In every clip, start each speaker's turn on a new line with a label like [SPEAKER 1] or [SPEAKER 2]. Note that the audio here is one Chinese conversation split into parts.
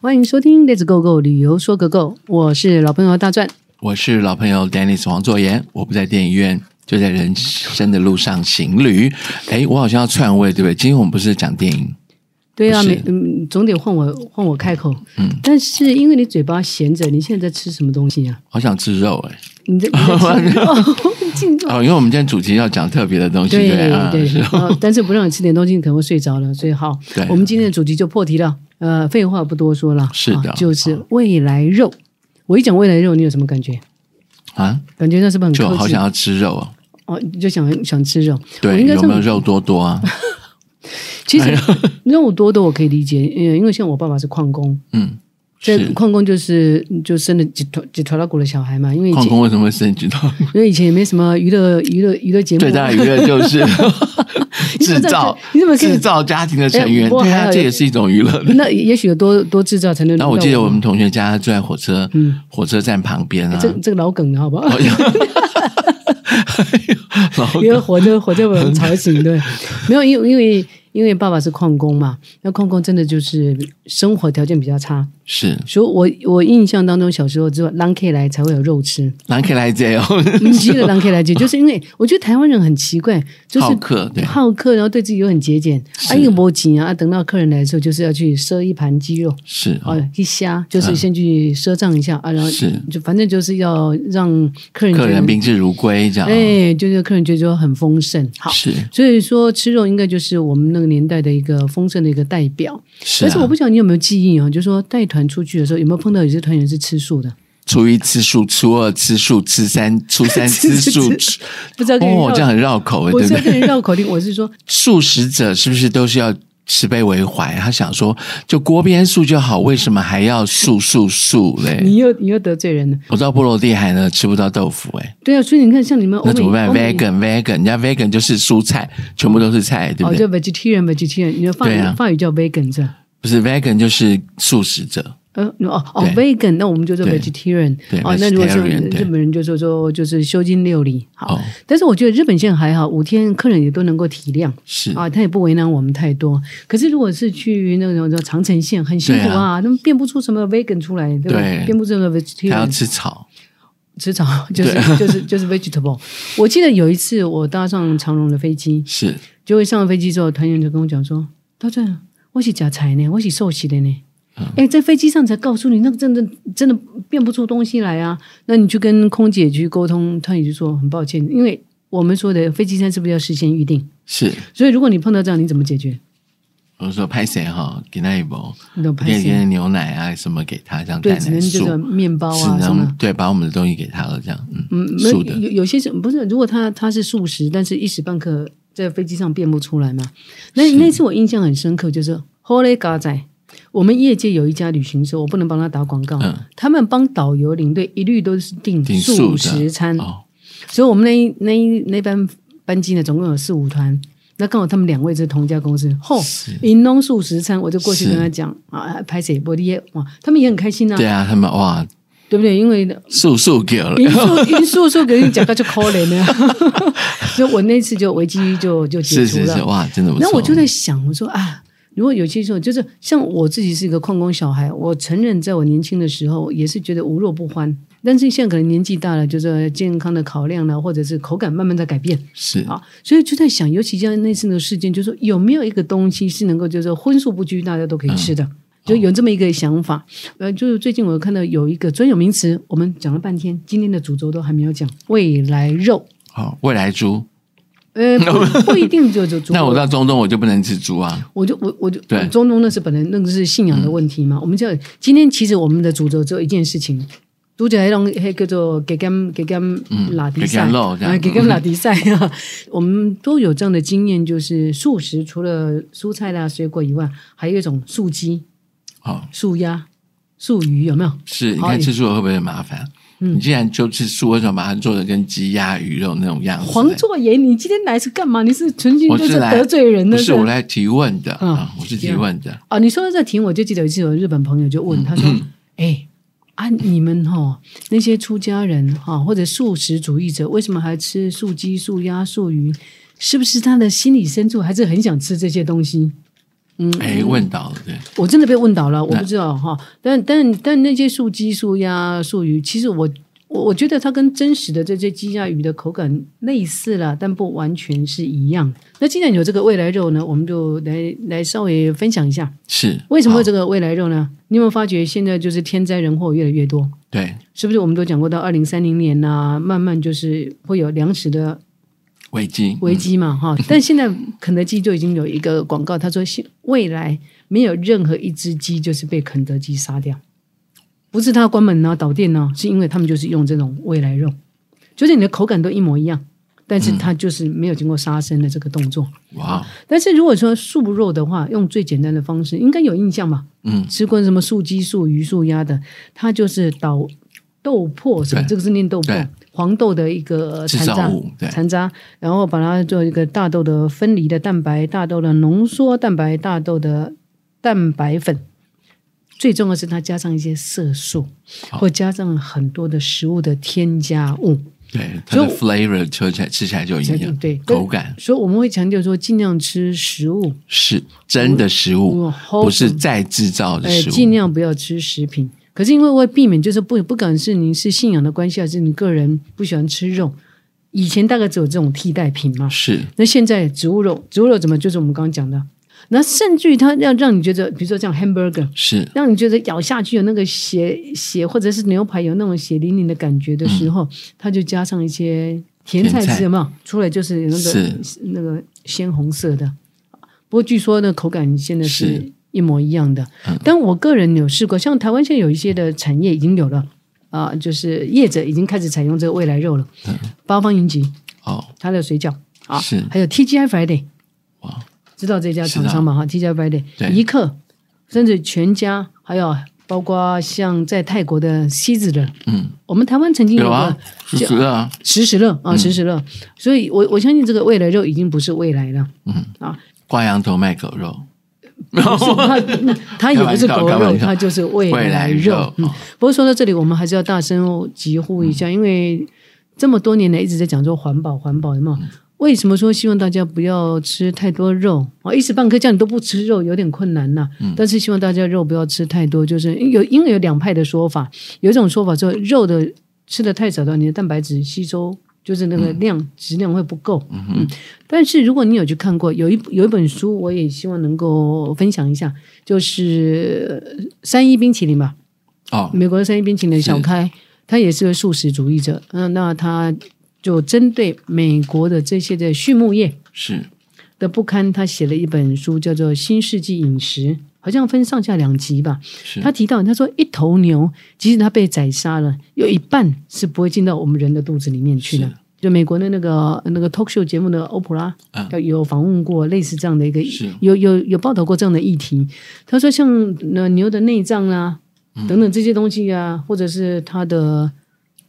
[SPEAKER 1] 欢迎收听 Let's Go Go 旅游说个够，我是老朋友大钻。
[SPEAKER 2] 我是老朋友 Dennis 黄作言，我不在电影院，就在人生的路上行旅。哎，我好像要篡位，对不对？今天我们不是讲电影，
[SPEAKER 1] 对啊，
[SPEAKER 2] 是
[SPEAKER 1] 没嗯，总得换我换我开口。嗯，但是因为你嘴巴闲着，你现在在吃什么东西呀、
[SPEAKER 2] 好想吃肉哎、
[SPEAKER 1] 你 在你在吃哦，进
[SPEAKER 2] 哦，因为我们今天主题要讲特别的东西，
[SPEAKER 1] 对
[SPEAKER 2] 对啊，
[SPEAKER 1] 对
[SPEAKER 2] 是，
[SPEAKER 1] 哦但是不让你吃点东西，你可能会睡着了。所以好
[SPEAKER 2] 对，啊
[SPEAKER 1] 我们今天的主题就破题了。呃，废话不多说了，
[SPEAKER 2] 是的
[SPEAKER 1] 啊就是未来肉。我一讲未来肉，你有什么感觉？
[SPEAKER 2] 啊，
[SPEAKER 1] 感觉那是不是很
[SPEAKER 2] 就
[SPEAKER 1] 克
[SPEAKER 2] 好
[SPEAKER 1] 制
[SPEAKER 2] 想？要吃肉哦。
[SPEAKER 1] 哦，就想想吃肉。我
[SPEAKER 2] 对，
[SPEAKER 1] 应该
[SPEAKER 2] 有
[SPEAKER 1] 这
[SPEAKER 2] 没
[SPEAKER 1] 么
[SPEAKER 2] 有肉多多 啊？
[SPEAKER 1] 其
[SPEAKER 2] 哎
[SPEAKER 1] 实 肉多多我可以理解，嗯，因为像我爸爸是矿工，
[SPEAKER 2] 嗯，
[SPEAKER 1] 这
[SPEAKER 2] 是
[SPEAKER 1] 矿工就是就生了几头几头拉骨的小孩嘛，因为以
[SPEAKER 2] 矿
[SPEAKER 1] 前
[SPEAKER 2] 工为什么会 生知道？
[SPEAKER 1] 因为以前也没什么娱乐娱乐娱乐节目，
[SPEAKER 2] 最大的娱乐就是 制造
[SPEAKER 1] 你怎么可以
[SPEAKER 2] 制造家庭的成
[SPEAKER 1] 哎
[SPEAKER 2] 员，
[SPEAKER 1] 不过
[SPEAKER 2] 对
[SPEAKER 1] 还
[SPEAKER 2] 啊，
[SPEAKER 1] 有嗯
[SPEAKER 2] 这也是一种娱乐。
[SPEAKER 1] 那也许有多多制造才能。
[SPEAKER 2] 然后我记得我们同学家住在火车
[SPEAKER 1] 嗯，
[SPEAKER 2] 火车站旁边啊，
[SPEAKER 1] 这这个老梗了，好不
[SPEAKER 2] 哦哎
[SPEAKER 1] 好？
[SPEAKER 2] 然后
[SPEAKER 1] 因为活着活着我很吵醒，对，没有，因为因为因为爸爸是矿工嘛，那矿工真的就是生活条件比较差，
[SPEAKER 2] 是
[SPEAKER 1] 所以我我印象当中小时候只有 l a n K 来才会有肉吃，
[SPEAKER 2] 兰克来这哦，
[SPEAKER 1] 不是的 l a n K 来接， 就是因为我觉得台湾人很奇怪，就是
[SPEAKER 2] 好客对
[SPEAKER 1] 好客，然后对自己又很节俭，啊，又没钱啊，啊等到客人来的时候，就是要去赊一盘鸡肉，
[SPEAKER 2] 是
[SPEAKER 1] 啊，一虾，就是先去赊账一下、啊，然后
[SPEAKER 2] 哦是
[SPEAKER 1] 就反正就是要让客人觉
[SPEAKER 2] 客
[SPEAKER 1] 得
[SPEAKER 2] 人宾至如归这样，
[SPEAKER 1] 哎，就是客人觉得说很丰盛，好。
[SPEAKER 2] 是
[SPEAKER 1] 所以说，吃肉应该就是我们那个年代的一个丰盛的一个代表。
[SPEAKER 2] 是
[SPEAKER 1] 但是我
[SPEAKER 2] 啊
[SPEAKER 1] 不，晓得你有没有记忆哦，就是说带团出去的时候，有没有碰到有些团员是吃素的？
[SPEAKER 2] 初一吃素，初二吃素，初 三初三吃素
[SPEAKER 1] 吃，吃不知道跟人
[SPEAKER 2] 哦
[SPEAKER 1] 绕，
[SPEAKER 2] 这样很绕口哎，
[SPEAKER 1] 我是
[SPEAKER 2] 对不
[SPEAKER 1] 在跟
[SPEAKER 2] 对？
[SPEAKER 1] 人绕口令，我 是说，
[SPEAKER 2] 素食者是不是都是要？慈悲为怀，他想说就锅边素就好，为什么还要素素素嘞？
[SPEAKER 1] 你又你又得罪人了。
[SPEAKER 2] 我到波罗的海呢吃不到豆腐哎、
[SPEAKER 1] 对啊，所以你看，像你们欧
[SPEAKER 2] 那
[SPEAKER 1] 美
[SPEAKER 2] 怎么办
[SPEAKER 1] 欧美
[SPEAKER 2] ？vegan vegan，人家 vegan 就是蔬菜，全部都是菜，对
[SPEAKER 1] 哦，
[SPEAKER 2] 不
[SPEAKER 1] 叫
[SPEAKER 2] 对？
[SPEAKER 1] vegetarian vegetarian，你的法语、
[SPEAKER 2] 对啊
[SPEAKER 1] 法语叫 vegan 是吧？
[SPEAKER 2] 不是 vegan 就是素食者，
[SPEAKER 1] 呃，哦哦
[SPEAKER 2] 对
[SPEAKER 1] ，vegan，那我们就做
[SPEAKER 2] 对
[SPEAKER 1] vegetarian
[SPEAKER 2] 对。
[SPEAKER 1] 哦，那如果是
[SPEAKER 2] vegetarian，对
[SPEAKER 1] 日本人就说说就是修经六礼。好，
[SPEAKER 2] 哦
[SPEAKER 1] 但是我觉得日本现在还好，五天客人也都能够体谅
[SPEAKER 2] 是
[SPEAKER 1] 啊，他也不为难我们太多。可是如果是去那种叫长城线，很辛苦
[SPEAKER 2] 对
[SPEAKER 1] 啊，他们变不出什么 vegan 出来，对吧？
[SPEAKER 2] 对
[SPEAKER 1] 变不出什么
[SPEAKER 2] 他要
[SPEAKER 1] vegetarian，
[SPEAKER 2] 吃草，
[SPEAKER 1] 吃草就是就是就是 vegetable。我记得有一次我搭上长荣的飞机，
[SPEAKER 2] 是
[SPEAKER 1] 结果上了飞机之后，团员就跟我讲说：“大壮，我是假财呢，我是受洗的呢。
[SPEAKER 2] 啊
[SPEAKER 1] 哎、在飞机上才告诉你，那个真的真的变不出东西来啊！那你去跟空姐去沟通，她也就说很抱歉，因为我们说的飞机餐是不是要事先预定？
[SPEAKER 2] 是。
[SPEAKER 1] 所以如果你碰到这样，你怎么解决？
[SPEAKER 2] 我说拍谁哈，给他一包，
[SPEAKER 1] 你懂
[SPEAKER 2] 给
[SPEAKER 1] 拍
[SPEAKER 2] 点
[SPEAKER 1] 谁？
[SPEAKER 2] 牛奶啊什么给他，这样
[SPEAKER 1] 对，
[SPEAKER 2] 蛋
[SPEAKER 1] 只
[SPEAKER 2] 奶
[SPEAKER 1] 能就
[SPEAKER 2] 素，
[SPEAKER 1] 是面包
[SPEAKER 2] 只
[SPEAKER 1] 啊什么
[SPEAKER 2] 能。对把我们的东西给他了，这样，嗯，
[SPEAKER 1] 嗯，
[SPEAKER 2] 素的
[SPEAKER 1] 有有些是不是？如果他他是素食，但是一时半刻在飞机上变不出来嘛。那那次我印象很深刻，就是 Holy g a 仔，我们业界有一家旅行社，我不能帮他打广告，啊
[SPEAKER 2] 嗯
[SPEAKER 1] 他们帮导游领队一律都是订
[SPEAKER 2] 订
[SPEAKER 1] 素
[SPEAKER 2] 素的
[SPEAKER 1] 食餐，
[SPEAKER 2] 哦，
[SPEAKER 1] 所以我们那一那一那班班机呢，总共有四五团。那刚好他们两位是同一家公司，吼、银龙素食餐，我就过去跟他讲啊，拍谁波利耶哇，他们也很开心啊，
[SPEAKER 2] 对啊，他们哇，
[SPEAKER 1] 对不对？因为
[SPEAKER 2] 素素给 了，
[SPEAKER 1] 因素因素说给你讲到就可怜了， 所以我那次就危机就就解
[SPEAKER 2] 是
[SPEAKER 1] 除了。
[SPEAKER 2] 是是，哇，真的不错。
[SPEAKER 1] 那我就在想，我说啊，如果有些时候就是像我自己是一个矿工小孩，我承认在我年轻的时候也是觉得无肉不欢，但是现在可能年纪大了，就是健康的考量呢，或者是口感慢慢在改变
[SPEAKER 2] 是
[SPEAKER 1] 啊，所以就在想，尤其像那次那个事件，就是说有没有一个东西是能够就是说荤素不拘，大家都可以吃
[SPEAKER 2] 嗯
[SPEAKER 1] 的。就有这么一个想法，呃，就是最近我看到有一个专有名词，我们讲了半天，今天的主轴都还没有讲未来肉，
[SPEAKER 2] 好未来猪，
[SPEAKER 1] 呃， 不不一定就就主
[SPEAKER 2] 那我到中东我就不能吃猪啊，
[SPEAKER 1] 我就我我就哦
[SPEAKER 2] 对嗯
[SPEAKER 1] 中东那是本来那个是信仰的问题嘛。我们就今天其实我们的主轴只有一件事情，读者黑龙黑叫做给干给干拉迪赛
[SPEAKER 2] 嗯给干肉这样
[SPEAKER 1] 啊，给干拉迪赛啊， 我们都有这样的经验，就是素食除了蔬菜啦、水果以外，还有一种素鸡、
[SPEAKER 2] 哦，
[SPEAKER 1] 素鸭、素鱼，有没有？
[SPEAKER 2] 是你
[SPEAKER 1] 好嗯
[SPEAKER 2] 看吃素会不会很麻烦？你既然就吃素，为什么把它做的跟鸡鸭鱼肉那种样子嘞？
[SPEAKER 1] 黄作言，你今天来是干嘛？你是纯情
[SPEAKER 2] 我
[SPEAKER 1] 就是是
[SPEAKER 2] 来
[SPEAKER 1] 得罪人
[SPEAKER 2] 不
[SPEAKER 1] 的，
[SPEAKER 2] 是我来提问的
[SPEAKER 1] 嗯
[SPEAKER 2] 啊，我是提问的，
[SPEAKER 1] 哦，你说到这题，我就记得有一次有日本朋友就问他说：“ 哎、啊，你们哈、那些出家人哈、或者素食主义者，为什么还吃素鸡、素鸭、素鱼？是不是他的心理深处还是很想吃这些东西？”
[SPEAKER 2] 嗯，哎，问到了，对，
[SPEAKER 1] 我真的被问倒了，我不知道哈。但但但那些素鸡、素鸭、素鱼，其实我我我觉得它跟真实的这些鸡鸭鱼的口感类似啦，但不完全是一样。那既然有这个未来肉呢，我们就来来稍微分享一下，
[SPEAKER 2] 是
[SPEAKER 1] 为什么会有
[SPEAKER 2] 好
[SPEAKER 1] 这个未来肉呢？你有没有发觉现在就是天灾人祸越来越多？
[SPEAKER 2] 对
[SPEAKER 1] 是不是我们都讲过到二零三零年呐、慢慢就是会有粮食的
[SPEAKER 2] 危机
[SPEAKER 1] 危机嘛，哈、但现在肯德基就已经有一个广告，他说现未来没有任何一只鸡就是被肯德基杀掉，不是它关门呐、倒店啊呐、是因为他们就是用这种未来肉，就是你的口感都一模一样，但是它就是没有经过杀生的这个动作。
[SPEAKER 2] 嗯哇，
[SPEAKER 1] 但是如果说素肉的话，用最简单的方式，应该有印象吧？
[SPEAKER 2] 嗯，
[SPEAKER 1] 吃过什么素鸡、素鱼、素鸭的，它就是捣豆粕，什么
[SPEAKER 2] 对
[SPEAKER 1] 这个是念豆粕
[SPEAKER 2] 对，
[SPEAKER 1] 黄豆的一个
[SPEAKER 2] 制
[SPEAKER 1] 残
[SPEAKER 2] 造
[SPEAKER 1] 渣
[SPEAKER 2] 物对，
[SPEAKER 1] 残渣，然后把它做一个大豆的分离的蛋白，大豆的浓缩蛋白，大豆的蛋白粉。最重要的是，它加上一些色素，或加上很多的食物的添加物。
[SPEAKER 2] 对，它的
[SPEAKER 1] 所以
[SPEAKER 2] flavor 吃起来吃起来就一样，
[SPEAKER 1] 对，
[SPEAKER 2] 口感
[SPEAKER 1] 所以我们会强调说，尽量吃食物，
[SPEAKER 2] 是真的食物
[SPEAKER 1] 我，我
[SPEAKER 2] 不是再制造的
[SPEAKER 1] 呃，
[SPEAKER 2] 食
[SPEAKER 1] 尽
[SPEAKER 2] 物，
[SPEAKER 1] 量不要吃食品。可是因为为避免，就是不不管是您是信仰的关系，还是你个人不喜欢吃肉，以前大概只有这种替代品嘛。
[SPEAKER 2] 是
[SPEAKER 1] 那现在植物肉，植物肉怎么就是我们刚刚讲的？那甚至于它要让你觉得，比如说像 hamburger，
[SPEAKER 2] 是
[SPEAKER 1] 让你觉得咬下去有那个血血，或者是牛排有那种血淋淋的感觉的时候，它就加上一些甜菜
[SPEAKER 2] 嗯甜菜
[SPEAKER 1] 汁，有没有？出来就是有那个那个鲜红色的。不过据说那口感现在
[SPEAKER 2] 是
[SPEAKER 1] 是一模一样的。
[SPEAKER 2] 嗯
[SPEAKER 1] 但我个人有试过，像台湾现在有一些的产业已经有了啊、就是业者已经开始采用这个未来肉了，
[SPEAKER 2] 嗯
[SPEAKER 1] 八方云集
[SPEAKER 2] 哦，
[SPEAKER 1] 它的水饺啊，
[SPEAKER 2] 是
[SPEAKER 1] 还有 TGI Friday，
[SPEAKER 2] 哇，
[SPEAKER 1] 知道这家厂商嘛？哈，TGI
[SPEAKER 2] 对
[SPEAKER 1] Friday、一克，甚至全家，还有包括像在泰国的西子的，
[SPEAKER 2] 嗯，
[SPEAKER 1] 我们台湾曾经有
[SPEAKER 2] 有啊
[SPEAKER 1] 个，
[SPEAKER 2] 是是啊，
[SPEAKER 1] 食时乐啊，食时乐，所以我我相信这个未来肉已经不是未来 了，嗯啊，
[SPEAKER 2] 挂羊头卖狗肉，
[SPEAKER 1] 不是它它也不是狗
[SPEAKER 2] 开玩
[SPEAKER 1] 肉，
[SPEAKER 2] 笑
[SPEAKER 1] 它就是未
[SPEAKER 2] 未来
[SPEAKER 1] 来
[SPEAKER 2] 肉
[SPEAKER 1] 肉。嗯
[SPEAKER 2] 哦
[SPEAKER 1] 不过说到这里，我们还是要大声哦疾呼一下，因为这么多年来一直在讲说环保，环保有没有？为什么说希望大家不要吃太多肉啊？一时半刻叫你都不吃肉有点困难呐、但是希望大家肉不要吃太多，就是嗯有因为有两派的说法，有一种说法说肉的吃的太少的话，你的蛋白质吸收就是那个量、质量会不够。嗯，但是如果你有去看过，有一有一本书，我也希望能够分享一下，就是呃三一冰淇淋吧，
[SPEAKER 2] 哦，
[SPEAKER 1] 美国的三一冰淇淋
[SPEAKER 2] 是
[SPEAKER 1] 小开，他也是个素食主义者。嗯、那他就针对美国的这些的畜牧业
[SPEAKER 2] 是
[SPEAKER 1] 的不堪，他写了一本书，叫做《新世纪饮食》，好像分上下两集吧。
[SPEAKER 2] 是
[SPEAKER 1] 他提到，他说一头牛，即使它被宰杀了，有一半是不会进到我们人的肚子里面去的
[SPEAKER 2] 是。
[SPEAKER 1] 就美国的那个那个 talk show 节目的欧普拉
[SPEAKER 2] 嗯，
[SPEAKER 1] 有访问过类似这样的一个
[SPEAKER 2] 是，
[SPEAKER 1] 有有有报道过这样的议题。他说，像那牛的内脏啊，
[SPEAKER 2] 嗯
[SPEAKER 1] 等等这些东西啊，或者是它的，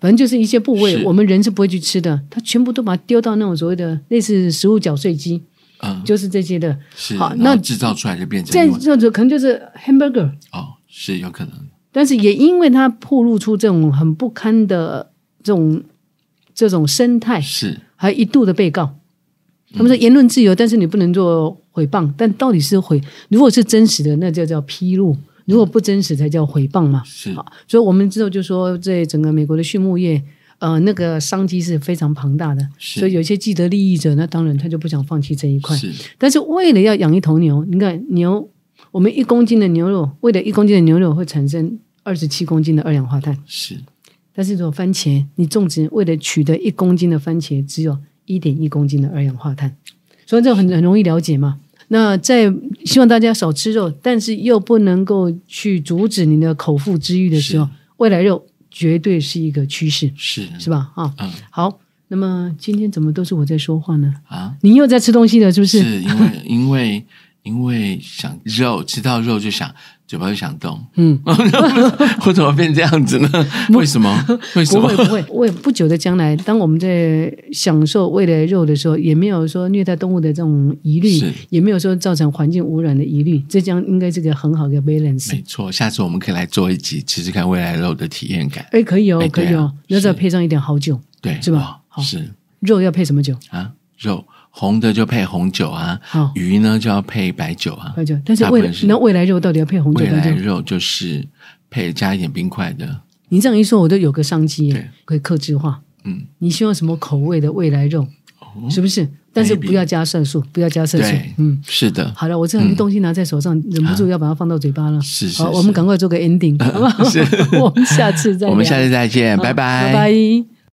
[SPEAKER 1] 反正就是一些部位
[SPEAKER 2] 是，
[SPEAKER 1] 我们人是不会去吃的，他全部都把它丢到那种所谓的类似食物搅碎机，
[SPEAKER 2] 嗯
[SPEAKER 1] 就是这些的。
[SPEAKER 2] 是，
[SPEAKER 1] 好
[SPEAKER 2] 然
[SPEAKER 1] 那
[SPEAKER 2] 后制造出来就变成
[SPEAKER 1] 再
[SPEAKER 2] 另外
[SPEAKER 1] 这种可能就是 hamburger，
[SPEAKER 2] 哦，是有可能，
[SPEAKER 1] 但是也因为它暴露出这种很不堪的这种这种生态，
[SPEAKER 2] 是
[SPEAKER 1] 还一度的被告。他们说言论自由，但是你不能做诽谤。但到底是毁？如果是真实的，那就叫披露；如果不真实，才叫诽谤嘛。
[SPEAKER 2] 是
[SPEAKER 1] 好，所以我们之后就说，这整个美国的畜牧业，呃，那个商机是非常庞大的。
[SPEAKER 2] 是
[SPEAKER 1] 所以有一些既得利益者，那当然他就不想放弃这一块。
[SPEAKER 2] 是
[SPEAKER 1] 但是为了要养一头牛，你看牛，我们一公斤的牛肉，为了一公斤的牛肉会产生二十七公斤的二氧化碳。
[SPEAKER 2] 是
[SPEAKER 1] 但是如果番茄，你种植为了取得一公斤的番茄，只有一点一公斤的二氧化碳，所以这很很容易了解嘛。那在希望大家少吃肉，但是又不能够去阻止你的口腹之欲的时候，未来肉绝对是一个趋势，
[SPEAKER 2] 是
[SPEAKER 1] 是吧？啊，
[SPEAKER 2] 嗯
[SPEAKER 1] 好，那么今天怎么都是我在说话呢？
[SPEAKER 2] 啊，
[SPEAKER 1] 你又在吃东西了，是不是？
[SPEAKER 2] 是因 为因为因为想肉吃到肉就想嘴巴就想动，
[SPEAKER 1] 嗯，
[SPEAKER 2] 我怎么变这样子呢？为什么？ 为什
[SPEAKER 1] 不
[SPEAKER 2] 么
[SPEAKER 1] 会？不会，为不久的将来，当我们在享受未来肉的时候，也没有说虐待动物的这种疑
[SPEAKER 2] 是
[SPEAKER 1] 虑，也没有说造成环境污染的疑虑，这将应该是个很好的 balance
[SPEAKER 2] 没。错，下次我们可以来做一集，吃吃看未来肉的体验感。
[SPEAKER 1] 哎，可以哦
[SPEAKER 2] 哎，
[SPEAKER 1] 可
[SPEAKER 2] 对啊
[SPEAKER 1] 以哦，那
[SPEAKER 2] 是
[SPEAKER 1] 再配上一点好酒，
[SPEAKER 2] 对，
[SPEAKER 1] 是吧
[SPEAKER 2] 哇
[SPEAKER 1] 好
[SPEAKER 2] 是
[SPEAKER 1] 肉要配什么酒？
[SPEAKER 2] 啊，肉红的就配红酒啊，
[SPEAKER 1] 好
[SPEAKER 2] 鱼呢就要配白酒啊，
[SPEAKER 1] 白酒，但是
[SPEAKER 2] 大部
[SPEAKER 1] 未
[SPEAKER 2] 分
[SPEAKER 1] 来那未来肉到底要配红酒
[SPEAKER 2] 未
[SPEAKER 1] 跟
[SPEAKER 2] 来
[SPEAKER 1] 这个？
[SPEAKER 2] 肉就是配加一点冰块的，
[SPEAKER 1] 你这样一说，我都有个商机
[SPEAKER 2] 对
[SPEAKER 1] 耶，可以克制化。
[SPEAKER 2] 嗯，
[SPEAKER 1] 你希望什么口味的未来肉，
[SPEAKER 2] 哦
[SPEAKER 1] 是不是？但是
[SPEAKER 2] maybe
[SPEAKER 1] 不要加色素，不要加色素
[SPEAKER 2] 对。
[SPEAKER 1] 嗯，
[SPEAKER 2] 是的，
[SPEAKER 1] 好了，我这很多东西拿在手上，忍不住要把它放到嘴巴了。
[SPEAKER 2] 嗯啊是是
[SPEAKER 1] 好，
[SPEAKER 2] 是
[SPEAKER 1] 我们赶快做个 ending，好不好？我们下次再聊，
[SPEAKER 2] 我们下次再见，
[SPEAKER 1] 好
[SPEAKER 2] 拜
[SPEAKER 1] 拜拜。